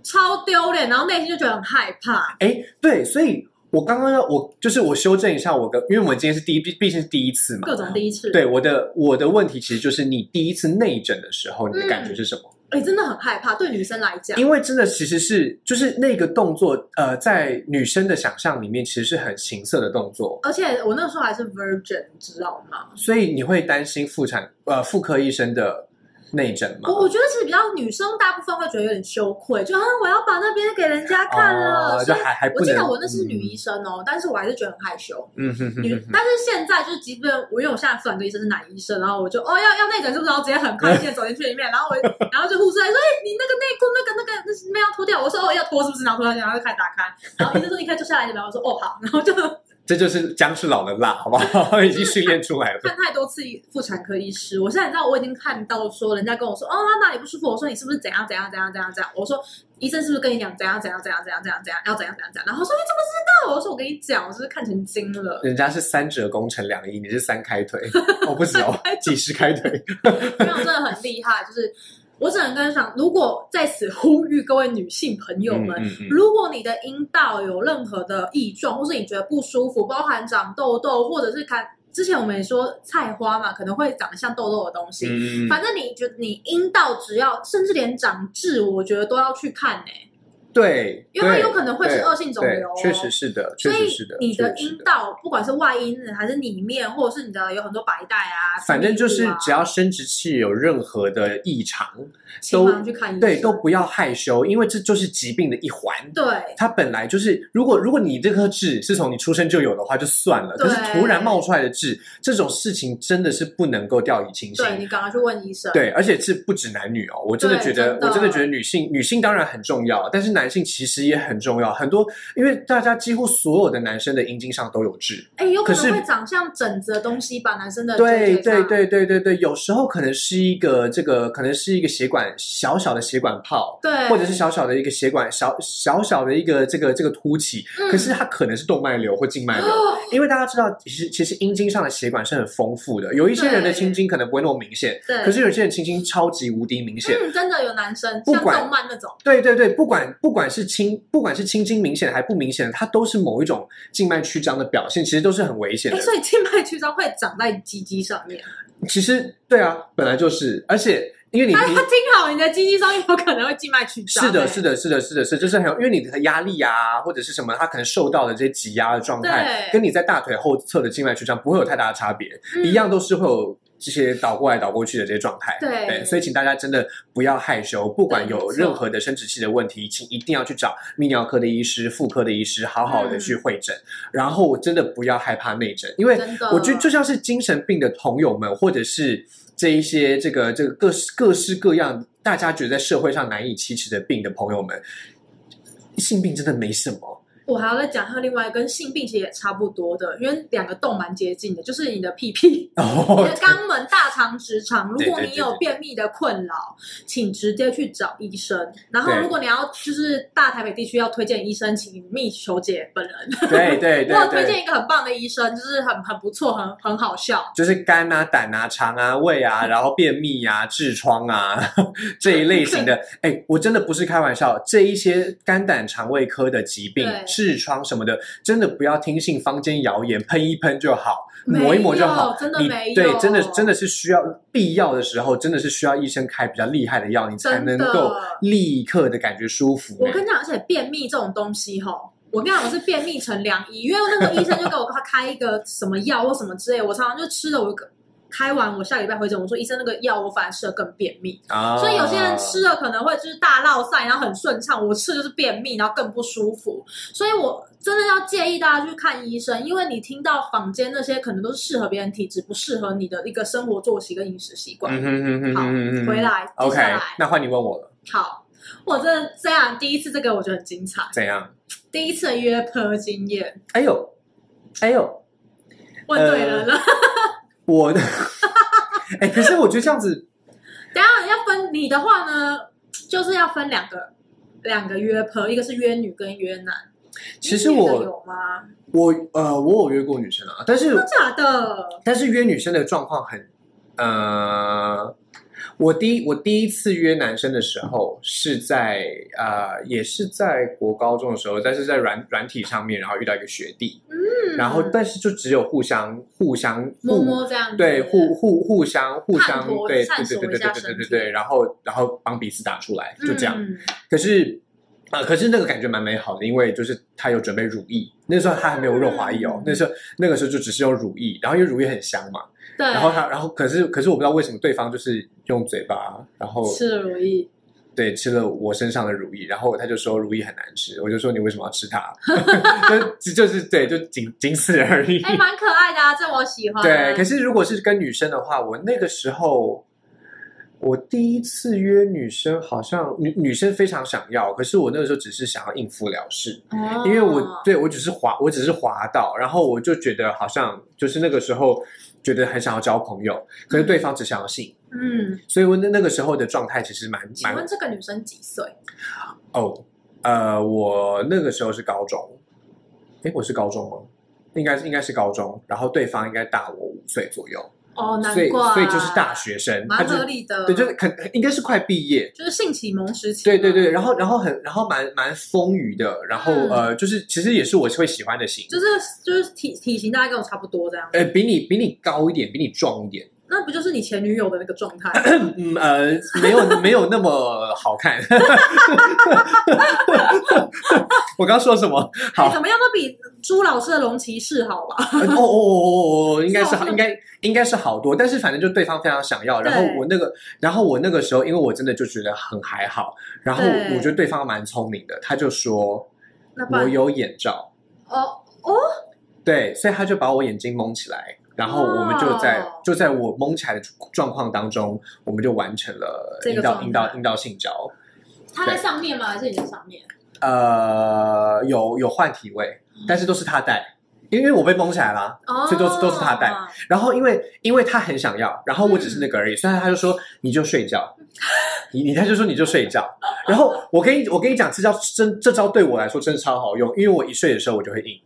S2: 超丢脸，然后内心就觉得很害怕。
S1: 哎，对，所以我刚刚要我就是我修正一下我跟，因为我们今天是第一，毕毕竟是第一次嘛，
S2: 各种第一次，，
S1: 对我的我的问题其实就是你第一次内诊的时候，你的感觉是什么？
S2: 哎、真的很害怕。对女生来讲，
S1: 因为真的其实是就是那个动作，呃，在女生的想象里面其实是很情色的动作，
S2: 而且我那时候还是 virgin，你知道吗？
S1: 所以你会担心妇产呃妇科医生的内诊吗？
S2: 我我觉得其实比较女生大部分会觉得有点羞愧，就啊我要把那边给人家看了，
S1: 哦就
S2: 所以
S1: 还还不
S2: 我记
S1: 能。
S2: 得我那是女医生哦，但是我还是觉得很害羞。
S1: 嗯，嗯哼哼
S2: 女
S1: 哼，哼，
S2: 但是现在就是，即便我因为我现在妇产科医生是男医生，然后我就哦要要那个，是不是？然后直接很开心的走进去里面，然后我 <laughs> 然后就护士来说，哎、你那个内裤那个那个那是那要脱掉，我说哦要脱是不是？然后脱掉，然后就开始打开，然后医生说你可以坐下来一点，然后我说哦好，然后就
S1: 这就是僵尸老的辣，好不好？ <laughs> 已经训练出来了。
S2: 看太多次妇产科医师，我现在你知道我已经看到说人家跟我说哦他哪里不舒服，我说你是不是怎样怎样怎样怎样怎样，我说医生是不是跟你讲怎样怎样怎样怎样怎样怎样要怎样怎样怎样，然后我说你怎么知道？我说我跟你讲，我就是看成精了。
S1: 人家是三折肱成两仪，你是三开腿，我不知道
S2: 开腿
S1: 几十开腿。
S2: 没有，真的很厉害。就是我只能跟上，如果在此呼吁各位女性朋友们，
S1: 嗯嗯嗯
S2: 如果你的阴道有任何的异状，或是你觉得不舒服，包含长痘痘，或者是看之前我们也说菜花嘛，可能会长得像痘痘的东西。
S1: 嗯嗯嗯
S2: 反正你觉得你阴道只要，甚至连长痣，我觉得都要去看呢、
S1: 对，
S2: 因为它
S1: 对
S2: 有可能会是
S1: 对
S2: 恶性肿瘤、哦
S1: 对确实是的，确
S2: 所
S1: 实
S2: 以
S1: 是的。
S2: 你
S1: 确
S2: 的
S1: 实是
S2: 阴道，不管是外阴还是里面，或者是你的有很多白带啊，
S1: 反正就
S2: 私
S1: 是
S2: 密处啊
S1: 只要生殖器有任何的异常，
S2: 请
S1: 都
S2: 马上去看医生，
S1: 对，都不要害羞，因为这就是疾病的一环。
S2: 对，
S1: 它本来就是，如果如果你这颗痣是从你出生就有的话，就算了。可
S2: 对
S1: 是突然冒出来的痣，这种事情真的是不能够掉以轻心。
S2: 对你赶快去问医生。
S1: 对，而且是不止男女哦，我真的觉
S2: 对
S1: 得，
S2: 真的
S1: 我真的觉得女性女性当然很重要，但是男性其实也很重要。很多因为大家几乎所有的男生的阴茎上都有痣，
S2: 哎，有可
S1: 可是
S2: 能会长像疹子的东西吧，男生的
S1: 对
S2: 结节
S1: 对
S2: 上，
S1: 对对对对，有时候可能是一个这个，可能是一个血管小小的血管泡，
S2: 对，
S1: 或者是小小的一个血管小小小的一个这个这个凸起，
S2: 嗯
S1: 可是它可能是动脉瘤或静脉瘤。
S2: 哦
S1: 因为大家知道，其实其实阴茎上的血管是很丰富的，有一些人的
S2: 对
S1: 青筋可能不会那么明显，
S2: 对，
S1: 可是有些人青筋超级无敌明显。
S2: 嗯，真的有男生
S1: 不
S2: 像
S1: 管
S2: 动漫那种，
S1: 对对对，不管不管是清不管是清筋明显还不明显的，它都是某一种静脉曲张的表现，其实都是很危险
S2: 哎、
S1: 的。
S2: 所以静脉曲张会长在鸡鸡上面，
S1: 其实对啊，本来就是，而且因为你
S2: <laughs> 他
S1: 你
S2: 他听好你的鸡鸡上面有可能会静脉曲张、
S1: 是的，
S2: 哎
S1: 是的，是的，是的，是的，就是很有，因为你的压力啊，或者是什么，它可能受到的这些挤压的状态，
S2: 对
S1: 跟你在大腿后侧的静脉曲张不会有太大的差别，
S2: 嗯
S1: 一样都是会有这些倒过来倒过去的这些状态。
S2: 对
S1: 所以请大家真的不要害羞，不管
S2: 对
S1: 有
S2: 没错
S1: 任何的生殖器的问题，请一定要去找泌尿科的医师、妇科的医师，好好的
S2: 嗯
S1: 去会诊。然后真的不要害怕内诊，因为
S2: 真的
S1: 我觉得就像是精神病的朋友们，或者是这一些这个这个各式各式各样，大家觉得在社会上难以启齿的病的朋友们，性病真的没什么。
S2: 我还要再讲一下另外一个跟性病其实也差不多的，因为两个洞蛮接近的，就是你的屁屁、你 <laughs>
S1: 哦
S2: 的，肛门、大肠、直肠。如
S1: 对
S2: 果
S1: 对
S2: 你
S1: 对
S2: 有
S1: 对
S2: 便秘的困扰，请直接去找医生。然后
S1: 对
S2: 如果你要就是大台北地区要推荐医生，请密求姐本人。
S1: 对对对
S2: <laughs> 我有推
S1: 对，
S2: 荐一个很棒的医生，就是很很不错，很很好笑。
S1: 就是肝啊、胆啊、肠啊、胃
S2: <laughs>
S1: 啊，然后便秘啊、痔疮啊 <laughs> 这一类型的。哎，我真的不是开玩笑，这一些肝胆肠胃科的疾病、
S2: 对
S1: 痔疮什么的，真的不要听信坊间谣言，喷一喷就好，抹一抹就好。
S2: 没有真的
S1: 你
S2: 没有，欸
S1: 对，真的真的是需要必要的时候，真的是需要医生开比较厉害的药，你才
S2: 真的
S1: 能够立刻的感觉舒服、
S2: 我跟你讲，而且便秘这种东西吼，我跟你讲，我是便秘成良医，因为那个医生就给我开一个什么药或什么之类，我常常就吃了，我就开完我下礼拜回诊，我说医生那个药我反而吃了更便秘，
S1: 啊，
S2: 所以有些人吃了可能会就是大落散，然后很顺畅，我吃的就是便秘，然后更不舒服，所以我真的要建议大家去看医生，因为你听到坊间那些可能都是适合别人体质，不适合你的一个生活作息跟饮食习惯。
S1: 嗯哼哼哼哼哼哼，
S2: 回来，接
S1: OK，
S2: 下来
S1: 那换你问我了，
S2: 好，我真的这样第一次这个我觉得很精彩。
S1: 怎样？
S2: 第一次的约炮经验，
S1: 哎呦，哎呦，呃
S2: 问对人了。 <laughs>
S1: 我的，哎，可是我觉得这样子，
S2: 等一下要分你的话呢，就是要分两个两个约炮，一个是约女跟约男。
S1: 其实
S2: 你
S1: 我
S2: 女的有吗？
S1: 我呃，我有约过女生啊，但是
S2: 真的假的？
S1: 但是约女生的状况很，呃，我第一我第一次约男生的时候是在呃，也是在国高中的时候，但是在软软体上面，然后遇到一个学弟，
S2: 嗯，
S1: 然后但是就只有互相互相
S2: 摸
S1: 互
S2: 摸这样子，
S1: 对互互互相互相
S2: 探索
S1: 对
S2: 探
S1: 对
S2: 索
S1: 对对
S2: 一下
S1: 对对对
S2: 身体
S1: 对对，然后然后帮彼此打出来，就这样。
S2: 嗯
S1: 可是啊、呃可是那个感觉蛮美好的，因为就是他有准备乳液，那时候他还没有润滑液哦
S2: 嗯，
S1: 那时候那个时候就只是用乳液，然后因为乳液很香嘛，
S2: 对，
S1: 然后他然后可是可是我不知道为什么对方就是用嘴巴，然后
S2: 吃了如意，
S1: 对吃了我身上的乳液，然后他就说乳液很难吃，我就说你为什么要吃
S2: <laughs>
S1: 它？ <laughs> 就就是对，就仅仅此而已。
S2: 哎，蛮可爱的啊，这我喜欢。
S1: 嗯对，可是如果是跟女生的话，我那个时候我第一次约女生，好像女女生非常想要，可是我那个时候只是想要应付了事，
S2: 哦
S1: 因为我对我只是滑，我只是滑到，然后我就觉得好像就是那个时候觉得很想要交朋友，可是对方只想要性，
S2: 嗯，
S1: 所以我那那个时候的状态其实蛮
S2: 请
S1: 蛮
S2: 问这个女生几岁？
S1: 哦，呃，我那个时候是高中，诶，我是高中吗？应该是应该是高中，然后对方应该大我五岁左右。
S2: 哦，难
S1: 所以
S2: 怪，
S1: 所以就是大，学生，他
S2: 蛮
S1: 就
S2: 合理的。
S1: 对，就是肯应该是快毕业。
S2: 就是性启蒙时期嘛。
S1: 对对对，然后然后很然后蛮蛮丰腴的，然后、
S2: 嗯
S1: 呃，就是其实也是我会喜欢的型，
S2: 就是就是体体型大概跟我差不多这样，
S1: 呃，比你比你高一点，比你壮一点，
S2: 那不就是你前女友的那个状
S1: <laughs>
S2: 态？哎
S1: 嗯呃，没有没有那么好看。 <laughs> 我刚说什么？好
S2: 哎，怎么样都比朱老师的龙骑士好
S1: <laughs>
S2: 吧？ <laughs>
S1: 呃哦哦哦哦哦，应该是
S2: 是好
S1: 好，应该应该是好多，但是反正就对方非常想要，然后
S2: 对
S1: 我那个，然后我那个时候，因为我真的就觉得很还好，然后
S2: 对
S1: 我觉得对方蛮聪明的，他就说
S2: 那不
S1: 我
S2: 然
S1: 有眼罩，
S2: 哦，
S1: 对，所以他就把我眼睛蒙起来，然后我们就在、
S2: 哦
S1: 就在我蒙起来的状况当中，我们就完成了
S2: 这个
S1: 阴道
S2: 状态
S1: 阴道阴道性交，
S2: 他在上面吗？还是你在上面？
S1: 呃，有有换体位，但是都是他带，因为我被蒙起来了。
S2: 哦，
S1: 所以都是都是他带然后因为因为他很想要，然后我只是那个而已，所以他就说你就睡觉，你你他就说你就睡觉。然后我跟你我跟你讲，这招真这招对我来说真的超好用，因为我一睡的时候我就会硬，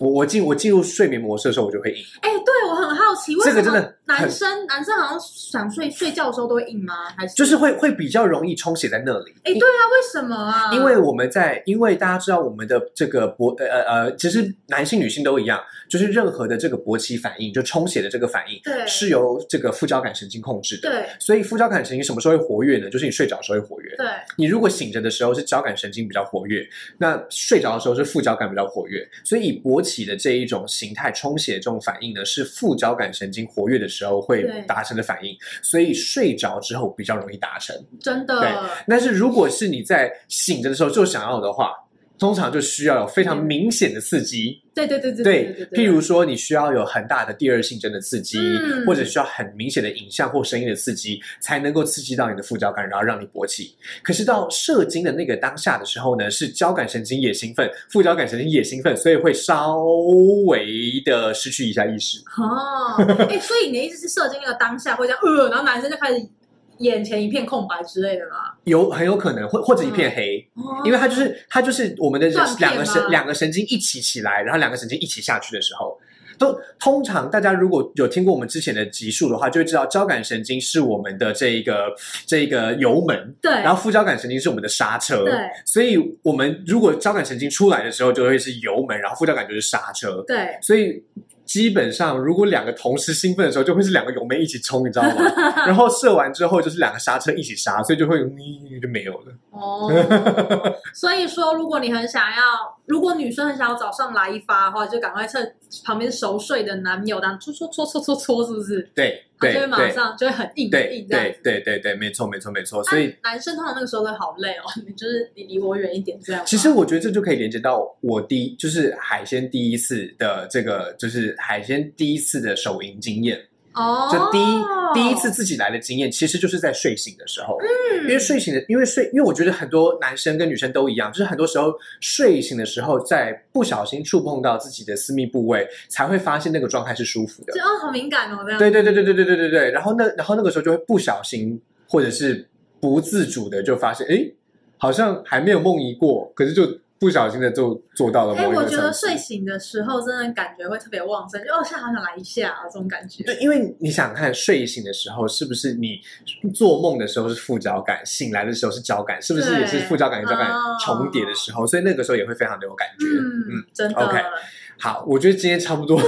S1: 我我进我进入睡眠模式的时候我就会硬，
S2: 哎，对我我很好奇，为
S1: 这
S2: 什
S1: 个真
S2: 么
S1: 的
S2: 男
S1: 很
S2: 生男生好像想睡睡觉的时候都会硬吗？还是
S1: 就是会会比较容易充血在那里。
S2: 哎，对啊，为什么啊？
S1: 因为我们在，因为大家知道我们的这个勃呃呃，其实男性女性都一样，就是任何的这个勃起反应，就充血的这个反应，
S2: 对
S1: 是由这个副交感神经控制的。
S2: 对
S1: 所以副交感神经什么时候会活跃呢？就是你睡着的时候会活跃。
S2: 对
S1: 你如果醒着的时候是交感神经比较活跃，那睡着的时候是副交感比较活跃。所以以勃起的这一种形态充血这种反应呢，是副交感神经活跃的时候会
S2: 对
S1: 达成的反应，所以睡着之后比较容易达成。
S2: 真的
S1: 对但是如果是你在醒着的时候就想要的话，通常就需要有非常明显的刺激，
S2: 对对对对对对，
S1: 譬如说你需要有很大的第二性征的刺激，
S2: 嗯
S1: 或者需要很明显的影像或声音的刺激，才能够刺激到你的副交感，然后让你勃起。可是到射精的那个当下的时候呢，是交感神经也兴奋，副交感神经也兴奋，所以会稍微的失去一下意识。
S2: 哦，哎，所以你的意思是射精那个当下会这样，呃，然后男生就开始眼前一片空白之类的嘛？
S1: 有很有可能会或者一片黑，
S2: 哦
S1: 因为它就是它就是我们的
S2: 断片
S1: 两个
S2: 吗
S1: 神两个神经一起起来，然后两个神经一起下去的时候，都通常大家如果有听过我们之前的集数的话，就会知道交感神经是我们的这一个这一个油门，
S2: 对，
S1: 然后副交感神经是我们的刹车。
S2: 对
S1: 所以我们如果交感神经出来的时候，就会是油门，然后副交感就是刹车。
S2: 对，
S1: 所以基本上，如果两个同时兴奋的时候，就会是两个油门一起冲，你知道吗？ <laughs> 然后射完之后，就是两个刹车一起刹，所以就会嗯就没有了。
S2: 哦，所以说，如果你很想要，如果女生很想要早上来一发的话，就赶快趁旁边熟睡的男友，然后搓搓搓搓搓搓，是不是？
S1: 对
S2: 他
S1: 对
S2: 啊就
S1: 对。
S2: 会马上就会很硬很
S1: 对
S2: 硬这样
S1: 对
S2: 子。
S1: 对对对，没错没错没错。所以
S2: 啊男生通常那个时候会好累哦，你就是你离我远一点这样吗。
S1: 其实我觉得这就可以连接到我第一就是海鲜第一次的这个就是海鲜第一次的手淫经验，
S2: 哦，
S1: 就第一、第一次自己来的经验，其实就是在睡醒的时候。因
S2: 嗯，
S1: 为睡醒的，因为睡，因为我觉得很多男生跟女生都一样，就是很多时候睡醒的时候，在不小心触碰到自己的私密部位，才会发现那个状态是舒服的
S2: 就。哦好敏感哦这样。
S1: 对对对对对对对对对。然后那然后那个时候就会不小心或者是不自主的就发现，哎，好像还没有梦遗过，可是就不小心的就做到了
S2: 哎，
S1: 某一
S2: 我
S1: 个
S2: 觉
S1: 程
S2: 得
S1: 度。
S2: 睡醒的时候真的感觉会特别旺盛，就哦，现在好想来一下啊，这种感觉。
S1: 对，因为你想看睡醒的时候，是不是你做梦的时候是副交感，醒来的时候是交感，是不是也是
S2: 对
S1: 副交感跟交感
S2: 哦
S1: 重叠的时候？所以那个时候也会非常的有感觉。
S2: 嗯，真的。
S1: OK 好，我觉得今天差不
S2: <laughs>
S1: 多。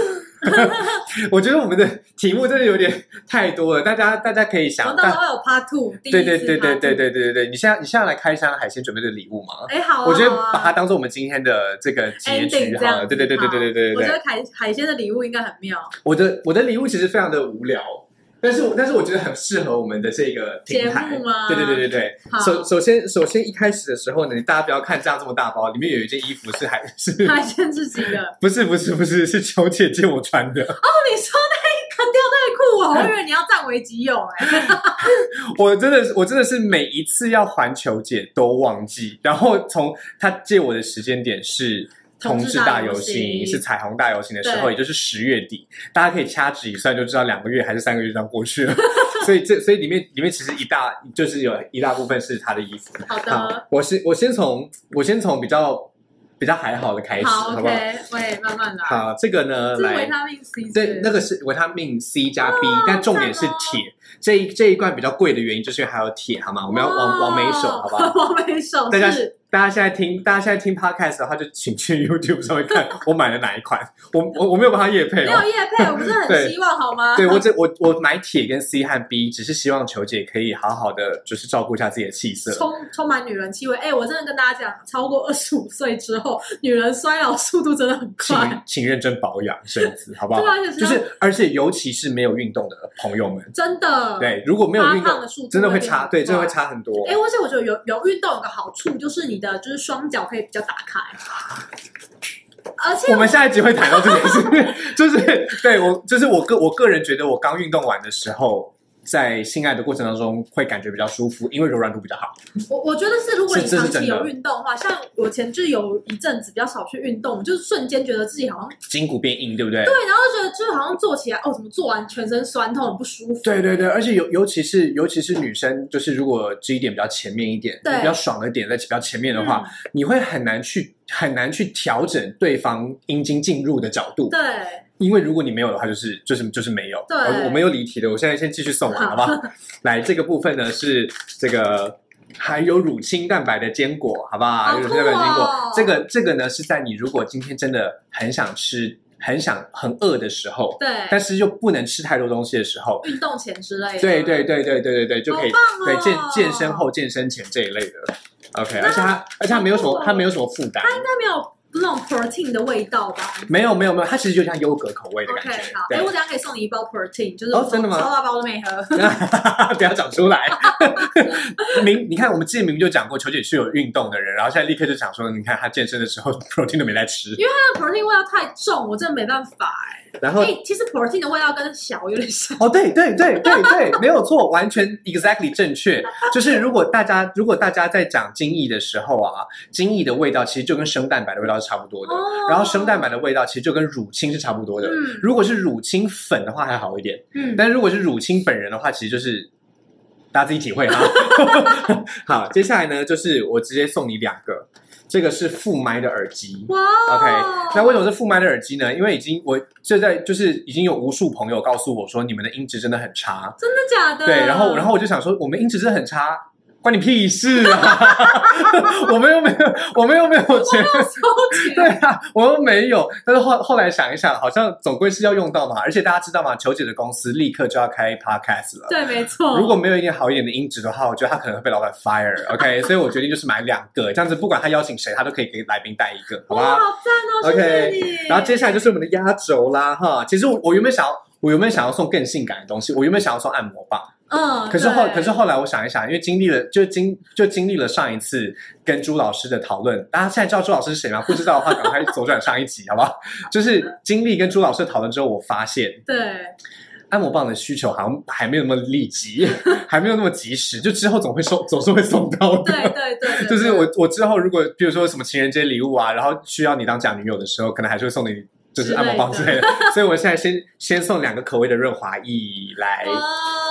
S1: 我觉得我们的题目真的有点太多了，大家大家可以
S2: 我
S1: 想，
S2: 们
S1: 大
S2: 到时候有 Part Two，第一次
S1: 对对对对
S2: Part
S1: 对
S2: two
S1: 对对对对，你现在你现在来开箱海鲜准备的礼物吗？
S2: 哎，好啊，
S1: 我觉得
S2: 好啊
S1: 把它当做我们今天的这个结
S2: ending
S1: 局
S2: 这
S1: 好
S2: 样
S1: 了。
S2: 子，
S1: 对对对对对对对
S2: 好我
S1: 对
S2: 觉
S1: 对。
S2: 得海海鲜的礼物应该很
S1: <laughs>
S2: 妙，
S1: 我的我的礼物其实非常的无聊，但是我但是我觉得很适合我们的这个平
S2: 节
S1: 台
S2: 目吗。
S1: 对对对对对。
S2: 好
S1: 首首先首先一开始的时候呢，大家不要看这样这么大包，里面有一件衣服是还是
S2: 海鲜自己
S1: <laughs>
S2: 的。
S1: 不是不是不是是球姐借我穿的。
S2: 哦，你说那个吊带裤哦，我以为你要占为己有
S1: <laughs>
S2: 哎。
S1: 我真的是，我真的是每一次要还球姐都忘记，然后从她借我的时间点是。
S2: 同
S1: 同
S2: 志
S1: 志大
S2: 大游
S1: 游
S2: 行
S1: 行是彩虹大游行的时候，
S2: 对
S1: 也就是十月底，大家可以掐指一算就知道两个月还是三个月这样过
S2: <laughs>
S1: 去了。所以这所以里面里面其实一大就是有一大部分是她的衣服。
S2: 好的，
S1: 好，我先我先从我先从比较比较还好的开始，
S2: 好
S1: 好不好？
S2: ，OK，我也慢慢来。
S1: 好，这个呢，
S2: 这是
S1: 来
S2: 维他命 C，是不是
S1: 对，那个是维他命 C 加 B，、
S2: 哇
S1: 但重点是
S2: 好赞哦
S1: 铁。这一这一罐比较贵的原因就是因为还有铁，好吗？我们要往往美手，好不好？
S2: <laughs> 往美
S1: <laughs>
S2: 手
S1: 大家
S2: 哦是
S1: 大家现在听，大家现在听 podcast 的话，就请去 YouTube 上面
S2: <laughs>
S1: 看我买了哪一款。我我我没有帮他夜配
S2: 没有
S1: 哦。
S2: 叶配，啊我不是很
S1: 对
S2: 希望好吗？ <laughs>
S1: 对我只我我买铁跟 C 和 B，只是希望球姐可以好好的，就是照顾一下自己的气色。
S2: 充充满女人气味。哎、我真的跟大家讲，超过二十五岁之后，女人衰老速度真的很
S1: 请
S2: 快，
S1: 请认真保养身子，好不好
S2: 对？啊，
S1: 就
S2: 就是
S1: 而且尤其是没有运动的朋友们，
S2: 真的，
S1: 对，如果没有
S2: 发
S1: 运
S2: 胖
S1: 动，
S2: 的速度
S1: 真的会
S2: 变
S1: 差，
S2: 很
S1: 对，真的会
S2: 快。
S1: 差很多。
S2: 哎、而且我觉得有有运动有个好处，就是你的就是双脚可以比较打开，而
S1: <laughs>
S2: 且
S1: 我们下一集会谈到这件事， <laughs> 就是对我，就是我个我个人觉得，我刚运动完的时候，在性爱的过程当中会感觉比较舒服，因为柔软度比较好。
S2: 我我觉得是，如果你
S1: 是这
S2: 长
S1: 是
S2: 期
S1: 真的
S2: 有运动的话，像我前就有一阵子比较少去运动，就是瞬间觉得自己好像
S1: 筋骨变硬，对不对？
S2: 对，然后觉得就是好像做起来哦，怎么做完全身酸痛，很不舒服。
S1: 对对对，而且尤尤其是尤其是女生，就是如果这一点比较前面一点，
S2: 对
S1: 比较爽的点在比较前
S2: 嗯
S1: 面的话，你会很难去很难去调整对方阴茎进入的角度
S2: 嗯，。对，
S1: 因为如果你没有的话，就是就是就是没有。
S2: 对
S1: 好我们又离题了，我现在先继续送完，好不 <laughs> 好？来，这个部分呢是这个含有乳清蛋白的坚果，好不好？
S2: 好
S1: 乳清蛋白的坚
S2: 酷
S1: 果
S2: 哦，
S1: 这个这个呢是在你如果今天真的很想吃、很想很饿的时候，
S2: 对，
S1: 但是又不能吃太多东西的时候，
S2: 运动前之类的。
S1: 对对对对对对对，就可以、
S2: 好棒哦
S1: 对健健身后、健身前这一类的。OK，
S2: 那
S1: 而且它而且它没有什么
S2: 好酷哦
S1: 它没有什么负担，
S2: 应该没有那种 protein 的味道吧
S1: 没有没有没有，它其实就像优格口味的感觉。
S2: ？OK，好，哎、
S1: 对
S2: 我等一下可以送你一包 protein，就是
S1: 哦
S2: 我
S1: 真的吗
S2: 超大包都没喝。
S1: <laughs> 不要讲出来。 <laughs> 明，你看我们之前明明就讲过，球姐是有运动的人，然后现在立刻就讲说，你看她健身的时候 <laughs> protein 都没在吃，
S2: 那 protein 味道太重，我真的没办法哎、
S1: 然
S2: 哎、
S1: 后。
S2: 其实 protein 的味道跟小有点像。
S1: 哦，对对对对对， <laughs> 没有错，完全 exactly 正确。就是如果大家如果大家在讲精益的时候啊，精益的味道其实就跟生蛋白的味道是差不多的，
S2: 哦
S1: <laughs> 然后生蛋白的味道其实就跟乳清是差不多的。
S2: 嗯
S1: 如果是乳清粉的话还好一点，
S2: 嗯，
S1: 但如果是乳清本人的话，其实就是大家自己体会哈。 <laughs> 好，接下来呢，就是我直接送你两个，这个是副麦的耳机。
S2: 哇哦
S1: OK，那为什么是副麦的耳机呢？因为已经我这在就是已经有无数朋友告诉我说你们的音质真的很差，
S2: 真的假的？
S1: 对，然后然后我就想说我们音质真的很差，关你屁事啊！ <laughs> 我们又没有，我们又没有钱，
S2: 超
S1: <laughs>
S2: 级
S1: 对啊，我又没有。但是后后来想一想，好像总归是要用到嘛。而且大家知道嘛，球姐的公司立刻就要开 podcast 了。
S2: 对，没错。
S1: 如果没有一点好一点的音质的话，我觉得他可能会被老板 fire。OK，所以
S2: <laughs>
S1: 我决定就是买两个，这样子不管他邀请谁，他都可以给来宾带一个，好不
S2: 哇，
S1: 好？
S2: 好赞哦
S1: OK，
S2: 谢谢你。
S1: 然后接下来就是我们的压轴啦，哈。其实我我原本想要，我原本想要送更性感的东西，我原本想要送按摩棒。
S2: 嗯，
S1: 可是后，
S2: 对
S1: 可是后来我想一想，因为经历了，就经就经历了上一次跟朱老师的讨论，大家现在知道朱老师是谁吗？不知道的话，赶快左转上一集，好不好？就是经历跟朱老师的讨论之后，我发现
S2: 对，
S1: 按摩棒的需求好像还没有那么立
S2: <laughs>
S1: 即，还没有那么及时，就之后总会送，总是会送到的。 <laughs>
S2: 对对对对，
S1: 就是
S2: 对
S1: 我我之后如果比如说什么情人节礼物啊，然后需要你当假女友的时候，可能还是会送你就是按摩棒之
S2: 之
S1: 类
S2: 类
S1: 的。所以我现在先先送两个口味的润滑液来，
S2: 哦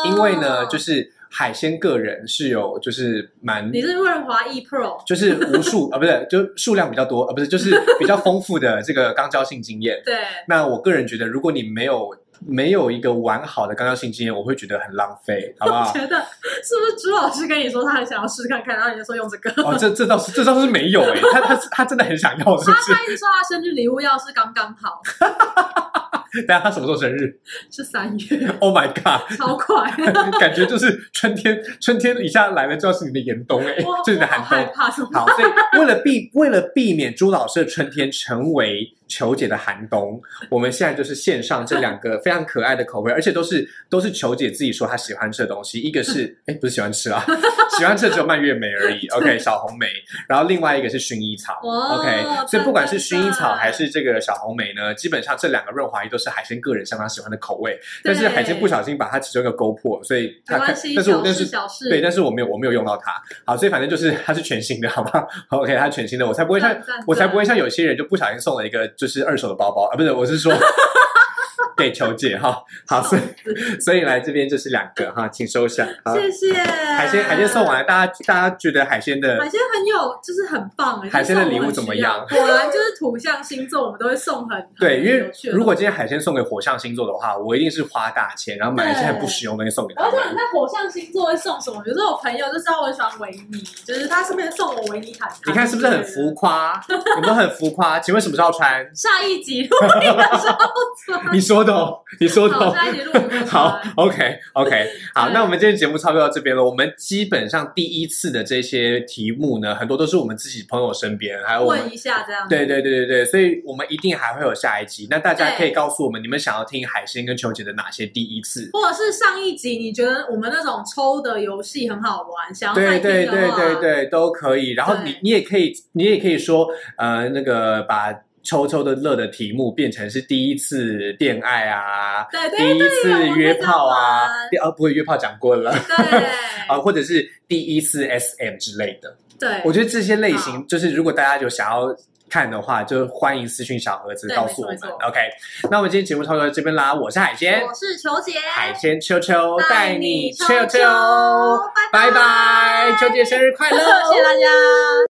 S1: 因为呢，就是海鲜个人是有就是蛮。
S2: 你是润滑液 Pro，
S1: 就是无数啊，不是，就数量比较多啊，不是，就是比较丰富的这个肛交性经验。
S2: 对，
S1: 那我个人觉得，如果你没有没有一个完好的肛交性经验，我会觉得很浪费，好不
S2: 我
S1: 好？
S2: 觉得是不是朱老师跟你说他很想要试试看看，然后你就说用这个？
S1: 哦，这这倒是这倒是没有哎、他他他真的很想要，是不
S2: 他
S1: 是？
S2: 他一直说他生日礼物要是刚刚好，
S1: 等一下他什么时候生日？
S2: 是三月，
S1: Oh my god！
S2: <laughs>
S1: <laughs>
S2: 超快。
S1: 感觉就是春天，春天一下来了就要是你的严冬哎、
S2: 我
S1: 就是你的
S2: 我
S1: 寒
S2: 好害
S1: 冬。
S2: 怕，怎么办？
S1: 好，所以为了避为了避免朱老师的春天成为球姐的寒冬，我们现在就是线上这两个非常可爱的口味，而且都是都是球姐自己说她喜欢吃的东西。一个是哎，不是喜欢吃啊， <laughs> 喜欢吃的只有蔓越莓而已。OK，小红莓，然后另外一个是薰衣草。
S2: 哇
S1: OK，所以不管是薰衣草还
S2: 哦真
S1: 是这个小红莓呢，基本上这两个润滑液都是海鲜个人相当喜欢的口味。
S2: 对
S1: 但是海鲜不小心把它其中一个勾破，所以它
S2: 的没关
S1: 看
S2: 系，，
S1: 但是我
S2: 小
S1: 但是
S2: 事小事，
S1: 对，但是我没有我没有用到它。好，所以反正就是 <laughs> 它是全新的，好吧？OK，它全新的，我才不会像
S2: 赞赞
S1: 我才不会像
S2: 赞
S1: 有些人就不小心送了一个就是二手的包包啊，不是，我是
S2: <laughs>
S1: 说给球姐哈。好，所以所以来这边就是两个哈，请收下。好，
S2: 谢谢
S1: 海
S2: 海
S1: 鲜海鲜送完，了，大家大家觉得海鲜的
S2: 海鲜很有，就是很棒哎。
S1: 海鲜的
S2: 就是
S1: 礼物
S2: 送我
S1: 怎么
S2: 需要
S1: 样
S2: 果然就是土象星座，我们都会
S1: <laughs>
S2: 送很
S1: 对，
S2: 很
S1: 因为
S2: 有趣的
S1: 如果
S2: 东西
S1: 今天海鲜送给火象星座的话，我一定是花大钱，然后买一些很不实用的东西送给
S2: 而
S1: 他
S2: 且
S1: 们。
S2: 你在火象星座会送什么？比如说我朋友就知道我喜欢维尼，就是他身边送我维尼毯。
S1: 你看是不是很浮？
S2: 啊
S1: 夸？有没有很浮夸？请问什么时候要穿？
S2: 下一集录音的时候
S1: <laughs> 你说的哦，你说的
S2: 穿，
S1: 哦。
S2: 好，下一集录音的时候
S1: <laughs> 好
S2: 穿。
S1: ，OK OK，好，
S2: 对
S1: 那我们今天节目差不多到这边了。我们基本上第一次的这些题目呢，很多都是我们自己朋友身边，还有我们
S2: 问一下这样。
S1: 对对对对对，所以我们一定还会有下一集。那大家
S2: 对
S1: 可以告诉我们，你们想要听海鲜跟球姐的哪些第一次？
S2: 或者是上一集你觉得我们那种抽的游戏很好玩，想要再
S1: 对对
S2: 听的
S1: 对
S2: 话，
S1: 对对，都可以。然后你
S2: 对
S1: 你也可以，你也可以说，呃，那个把抽抽的乐的题目变成是第一次恋爱啊，
S2: 对对
S1: 第一次约炮啊，第
S2: 对
S1: 啊不会约炮讲过了 <laughs> 啊，
S2: 对
S1: 或者是第一次 SM 之类的。
S2: 对，
S1: 我觉得这些类
S2: 好
S1: 型，就是如果大家有想要。看的话，就欢迎私讯小盒子
S2: 对
S1: 告诉我们
S2: 没错没。
S1: OK，那我们今天节目差不多到这边啦。我是海鲜，
S2: 我是球姐，
S1: 海鲜秋秋带你秋
S2: 秋秋，
S1: 秋，
S2: <laughs>
S1: 拜拜，秋姐生日快乐！
S2: 谢谢大家。